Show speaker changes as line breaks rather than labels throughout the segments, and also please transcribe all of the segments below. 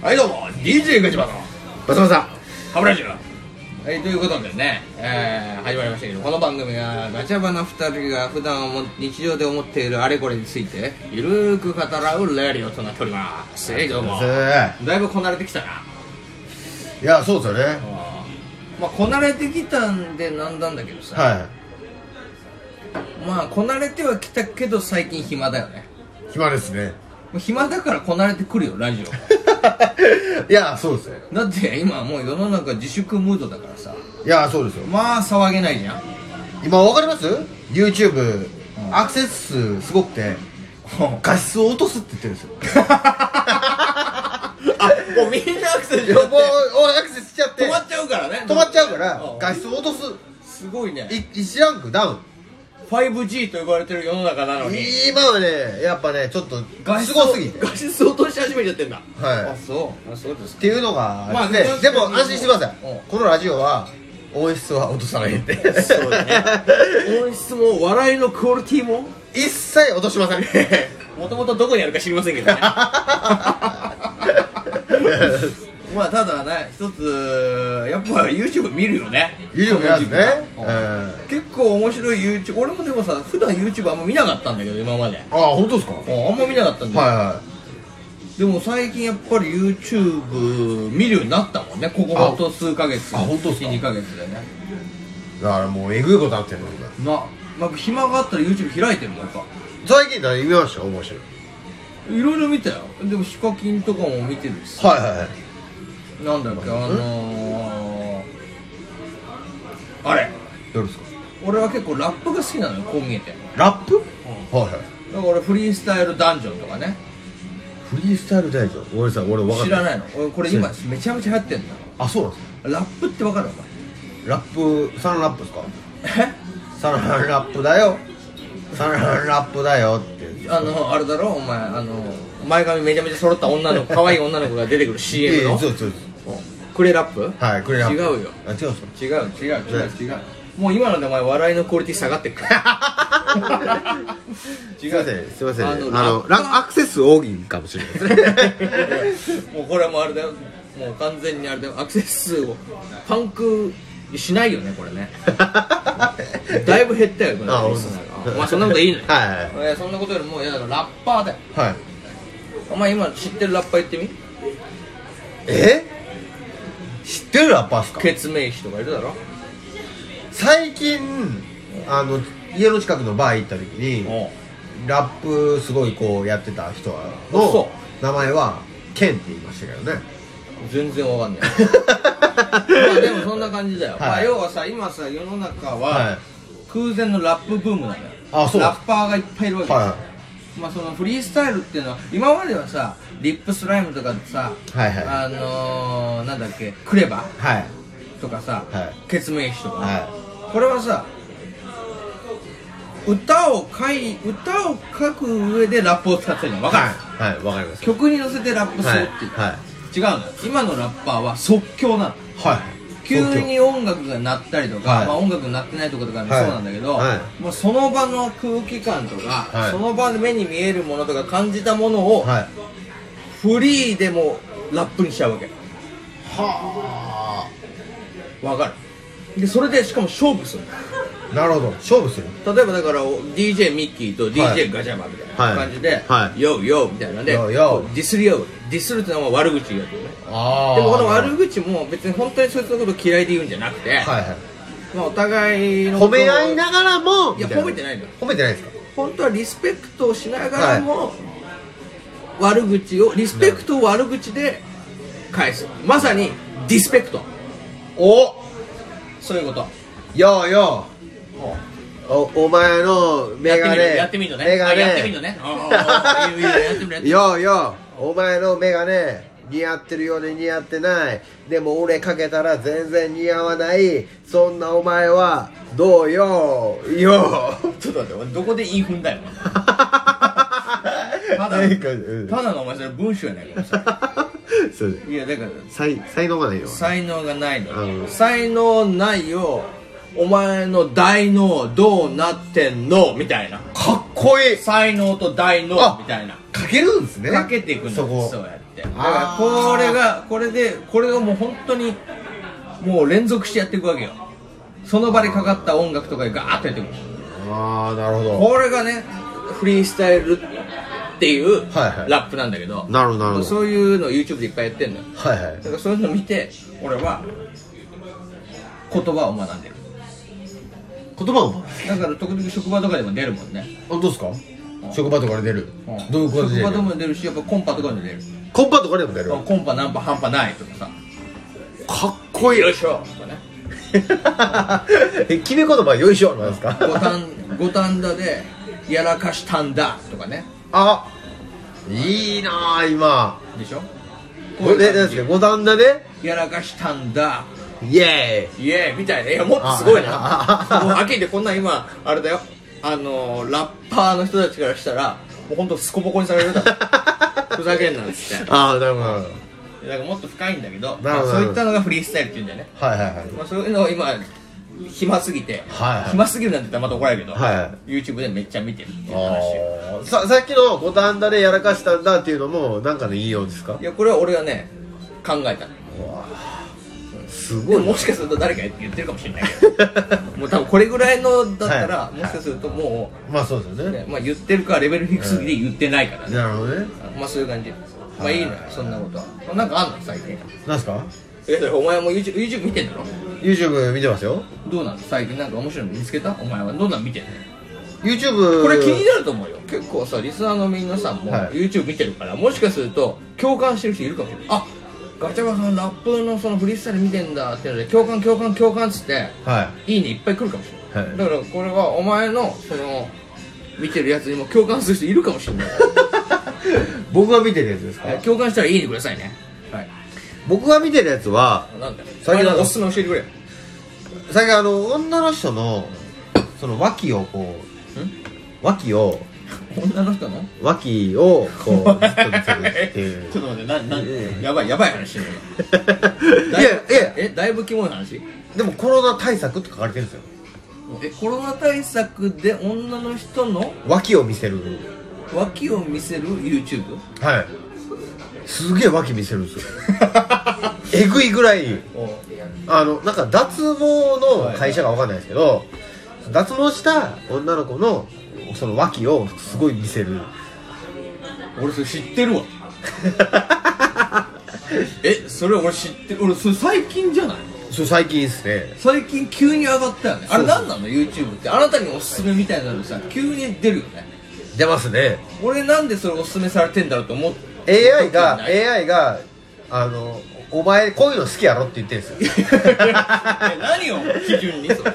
はいどうも DJ ガチバの
バツバツだ
ハブラジオはいということでね、えー、始まりましたけど
この番組はガチャバの2人が普段思日常で思っているあれこれについてゆるーく語らうレディオとなっておりますはいどうも
え
だいぶこなれてきたな
えいやそうですよね
まあこなれてきたんでなんだんだけどさ、
は
まあこなれてはきたけど最近暇だよね
い暇ですね
もう暇だからこなれてくるよラジ
いやそうですね
オだって今もう世の中自粛ムードだからさ
いやそうですよ
まあ騒げないじゃん
今わかります YouTube アクセス数すごくて画質を落とすって言ってるんですよ
あもうみんなアクセル
予防をアクセスしちゃって
止まっちゃうからね
止まっちゃうから
うん
画質を落とす
すごいね
い1ランクダウン
5G と呼ばれてる世の中なのに
今はねやっぱねちょっとすごすぎて
画質落とし始めちゃってんだ
はい
あそうあそうです
っていうのが
まあ
ありますね、
まあ
でも安心してください、
うん
このラジオは音質は落とさないんで
そうだね音質も笑いのクオリティも
一切落としません
もともとどこにあるか知りませんけど ねまあただね一つやっぱ YouTube 見るよね
いいよねやつねうんあ
結構面白い YouTube 俺もでもさ普段 YouTube あんま見なかったんだけど今まで
本当ですかは
あんま見なかったん
い
だよ、
は
でも最近やっぱり YouTube 見るようになったもんねここほんと数ヶ月
あ本当っすか
12ヶ月でね
いだからもうえぐいことなってるの今
ななんか暇があったら YouTube 開いてるもんか
最近何見ました面白い
いろいろ見たよでもヒカキンとかも見てるし
はいはいはい
なんだっけあのー、あれ
どうですか
俺は結構ラップが好きなのよこう見えてだか
ラップ、はいはい
ら俺フリースタイルダンジョンとかね
フリースタイル大賞俺さ俺分か
知らないいの俺これ今めちゃめちゃ流行ってんだ
あそうなんですか
ラップってわかるお
ラップサランラップですか
前
サランラップだよサランラップだよっ
え
て
あのあれだろお前あの前髪めちゃめちゃ揃った女 の子可愛い女の子が出てくる CM
ええ
の
そうそうそう
クレラップ
はいクレラップ
違うよ
あ違うんですか
違う違う違う違うもう今のでお前笑いのクオリティ下がってるから 違
すいうませんすいません
あ
あ
の
の
ラッ
ラアクセス多いかもしれないですね
もうこれもあれだよもう完全にあれだよアクセス数をパンクしないよねこれ ねだいぶ減ったよこれ
あ本当
リ
で
ス
す
ナ
か
ーがお前そんなこといいのよ、
はいはい
えーそんなことよりもいやだからラッパーだよ
はい
お前今知ってるラッパー言ってみ
え知ってるラッパーっすか
血明碑とかいるだろ
最近あの家の近くのバー行った時にラップすごいこうやってた人の
そ
名前はケンって言いましたけどね
全然わかんないまあでもそんな感じだよ、
はい
まあ要はさ今さ世の中
は
は空前のラップブームなのよ
あそう
ラッパーがいっぱいいるわ
い
けですよ
は
まあそのフリースタイルっていうのは今まではさリップスライムとかさ、
はいはい
あのー、なんだっけクレバ
いはい
とかさ、
はい
ケツメイシとか、
は
これはさ歌を書い歌を書く上でラップを使ってるの
い
分かる、
はいわかります
曲に乗せてラップす
は
る
い
っていう、
はい
違うのよ今のラッパーは即興なの
はい
急に音楽が鳴ったりとか、
はい
まあ、音楽鳴ってないとことかもそう
はい
なんだけど、
は
もうその場の空気感とか、
はい
その場で目に見えるものとか感じたものを、
はい
フリーでもラップにしちゃうわけ
は
わかるでそれでしかも勝負する
あなるほど勝負する
例えばだからお DJ ミッキーと
はい
DJ ガジャマみたいな感じで
はいは
「ヨーヨー」みたいなんでデ
ヨーヨー
ィスり合うディスるってのは悪口言うやつね
あ
でもこの悪
い
口も別に本当にそいつのこと嫌いで言うんじゃなくて、
はいはい
まあ、お互いのこ
褒
とを
め合いながらも
いや
みた
褒めてないのよ
褒めてないですか
本当はリスペクトをしながらも、悪口をリスペクトを悪口で返すまさにディスペクト
お
そういうこと
ようようおお前のメガネ
やってみるやってみるのね
メガネ
あやってみるのねおうおうおういいよいいよやってみるやってみる
ようようお前のメガネ似合ってるようで似合ってないでも俺かけたら全然似合わないそんなお前はどうよよ
ちょっと待って俺どこでイン踏んだよた
た
だ ただのお前それ文章やないからさ
そうです
いやだから
才才能がないよ
才能がないの
う
よ
ん
才能ないよお前の大脳どうなってんのみたいな
かっこいい
才能と大脳みたいな
かけるんですね
かけていくの
そこ
そうやっってだからこれがこれでこれをもう本当にもう連続してやっていくわけよその場でかかった音楽とかでガーッとやっていく
ああなるほど
これがねフリースタイルっていう
はいはい
ラップなんだけど、
なるほどなるほど
そういうの YouTube でいっぱいやってんのよ
はいはい
だからそういうの見て俺は言葉を学んでる
言葉を
だから時々職場とかでも出るもんね、
あどうですか職場とかで出る
うん
どういう感じで
職
出
場で
る
も出るしやっぱコンパとかでも出る
コンパとかでも出るか
コンパナンパ半端ないとかさ
っ こいい
よいしょとかね
え決め言葉よいしょなんですか
五反五反田でやらかしたんだとかね
あいいなあ今
でしょこう
え
いう感
何で
じ
すか五段だね
やらかしたんだ
イエ
イエーイみたいないやもっとすごい
あ
な
あ
もう秋でこんなん今あれだよあのーラッパーの人たちからしたらもう本当スコボコにされるだろふざけんなっつっ
ーイ ああなるほどなるほ
てなんかもっと深いんだけど、
なる
まあ
ほど
そういったのがフリースタイルっていうんだよね、
どはいはいはい
まあ、そういうのを今暇すぎて、
はいはい
暇すぎるなんて言ったらまた怒られるけど、
は
YouTube でめっちゃ見てるっていう話
あーささっきの五反田でやらかしたんだっていうのもなんかのいいようですか
いやこれは俺がね考えた
す
でも
ごいな
もしかすると誰か言ってるかもしれない けどもう多分これぐらいのだったら、
はい
もしかするとも
まあそうです
う、
よ
ね
ね
まあ、言ってるからレベル低すぎて言ってないからね、
なるほどね
まあそういう感じまあいいのよそんなことはなんかあんの最近
なんすか
えお前も YouTube, YouTube 見てんだろ
YouTube 見てますよ
どうなの最近なんか面白いの見つけたお前はどんなの見てんの
YouTube
これ気になると思うよ結構さリスナーの皆さんも
はい
YouTube 見てるからもしかすると共感してる人いるかもしれないあガチャバさんラップのそのフリースタイル見てんだってので共感共感共感っつって
はい
いねいっぱい来るかもしれない、
はい
だからこれはお前のその見てるやつにも共感する人いるかもしれないか
僕が見てるやつですから
共感したらいいねくださいねはい
僕が見てるやつは
なんだよ
最
最
近
近おすすめ教えてくれよ
最近あの女の人のその脇をこう脇を
女の人の
脇をこ うずっと見せるっていう
ちょっと待ってなな
え
やばいやばい話してるよ
い
だ
や
い
い
ぶ
や
えだいぶキモい話
でもコロナ対策って書かれてるんですよ
えコロナ対策で女の人の
脇を見せる
脇を見せる YouTube
はいすげえ脇見せるんですよえぐいぐらいあのなんか脱毛の会社がわかんないですけど脱毛した女の子のその脇をすごい見せる
俺それ知って るわえそれ俺知ってる俺それ最近じゃない
それ最近ですね
最近急に上がったよねあれ
そうそう
何なの YouTube ってあなたにおすすめみたいなのさ急に出るよね
出ますね
俺なんでそれおすすめされてんだろうと思って
AI が AI があのお前こういうの好きやろって言ってるんですよ
え何を基準にそ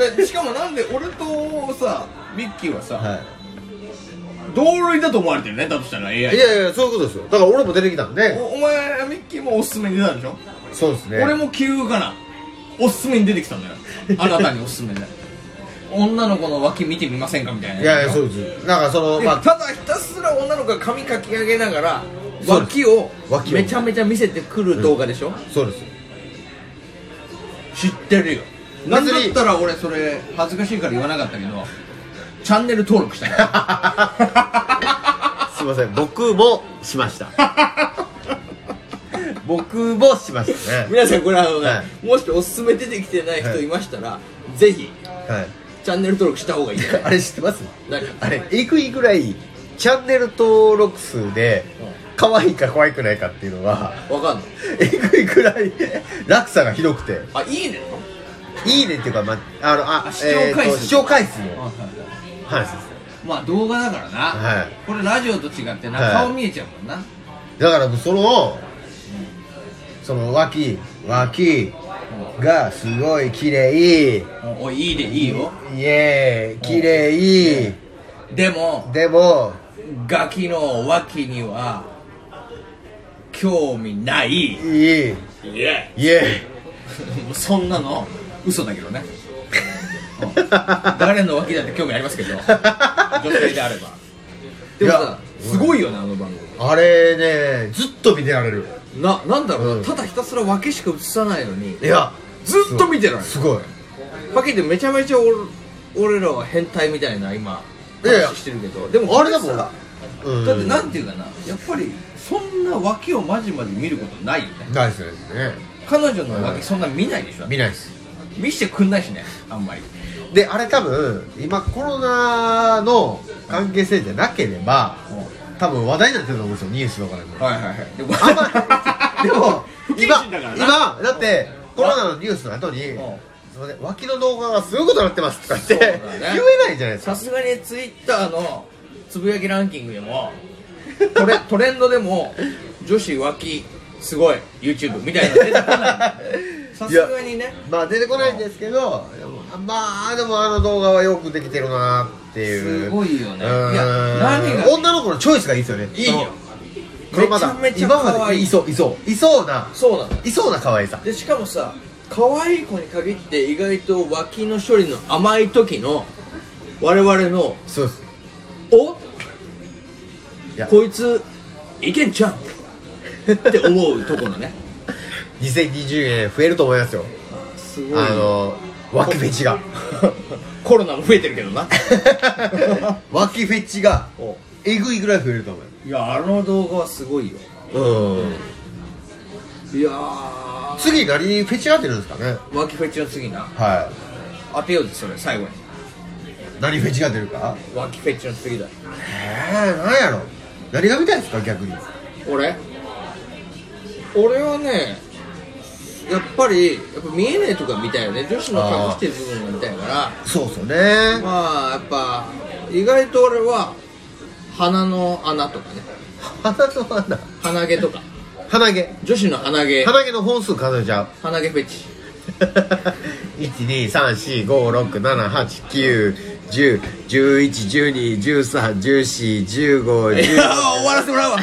れでしかもなんで俺とさミッキーはさ、
は
同類だと思われてるねだとしたら AI
い、いやいやそういうことですよだから俺も出てきたんで
おお前ミッキーもおすすめに出たでしょ、
そうですね
俺も急かなおすすめに出てきたんだよあなたにおすす めで女の子の脇見てみませんかみたいない
やいやそうですなんかその
で
まあ
ただひたすら女の子が髪かき上げながら
そうです
脇を
脇を
めちゃめちゃ見せてくる動画でしょ、
そうですよ
知ってるよ
に
なんだったら俺それ恥ずかしいから言わなかったけどチャンネル登録したよ
すいません僕もしました 僕もしましたね
皆さんこれあのね、
は
もしおすすめ出てきてない人いましたら、ぜひ
はい
チャンネル登録した方がいいね
あれ知ってます
何
あれえぐいぐらいチャンネル登録数で可愛いか可愛くないかっていうのが
わかんない
えぐいぐらい落差がひどくて
あいいね
いいねっていうか、まあのあ
あ視聴回数
えーと視聴回数の
の
話です
まあ動画だからな、
はい
これラジオと違ってな
はい
顔見えちゃうもんな、
だからもうそのその脇脇がすごい綺麗
おおいいでいいよ
イエーイ綺麗
でも
でも
ガキの脇には興味ない
いい
い え
イエ
そんなの嘘だけどねうん
ーイ
誰の脇だって興味ありますけど女性であればでも
い
さ
や
すごいよねあの番組
あれねずっと見てられる
ななんだろうな、
うん
ただひたすら脇しか映さないのに
いや
ずっと見てられる
すごい
脇でめちゃめちゃ俺俺らは変態みたいな今
いやいや
話してるけどでも
あれだもん
さ
うん
だってなんていうかなやっぱりそんな脇をまじまじ見ることないよね
ないですよね
彼女の脇そんな見ないでしょ
見ないです
見してくんないしねあんまり
であれ多分今コロナの関係性じゃなければ多分話題になってると思うんですよニュースとかでも、
はいはいはいでも
あ んまでも
不謹
今
慎だからな
今だってコロナのニュースの後に
ん
「すいません脇の動画がすごいことになってます」とか言って、
そうだね
言えないじゃないです
さ
か
すがにツイッターのつぶやきランキングでもトレ トレンドでも女子脇すごい YouTube みたいなの出てこないさすがにね
まあ出てこないんですけどでもまあでもあの動画はよくできてるなっていう
すごいよね
うーん
いや何が
女の子のチョイスがいいですよね
いいよ
これまだ
めちゃめちゃ
今まで
可愛い
いそういそういそうな
そうなの
いそうな可愛さ
でしかもさ可愛い子に限って意外と脇の処理の甘い時の我々の
そうです
「お
いや
こいついけんちゃうん」って思うところね
2020年増えると思いますよ
す
あの脇フェチが
コロナも増えてるけどな
脇フェチが
お
えぐいぐらい増えると思
いやあの動画はすごいよ
ううん
いやー
次何フェチがってるんですかね
脇フェチの次な
は
当てようぜそれ最後に
い何フェチが出るか
脇フェチの次だ
ええ何やろ何が見たいですか逆に
俺俺はねやっぱりやっぱ見えないとか見たいよね女子の隠してる部分が見たいから
そうそうね
まあやっぱ意外と俺は鼻の穴とかね
鼻と鼻
鼻毛とか
鼻毛
女子の鼻毛
鼻毛の本数数え ちゃう
鼻毛フェチいやー終
123456789101112131415
わらせてもらうわ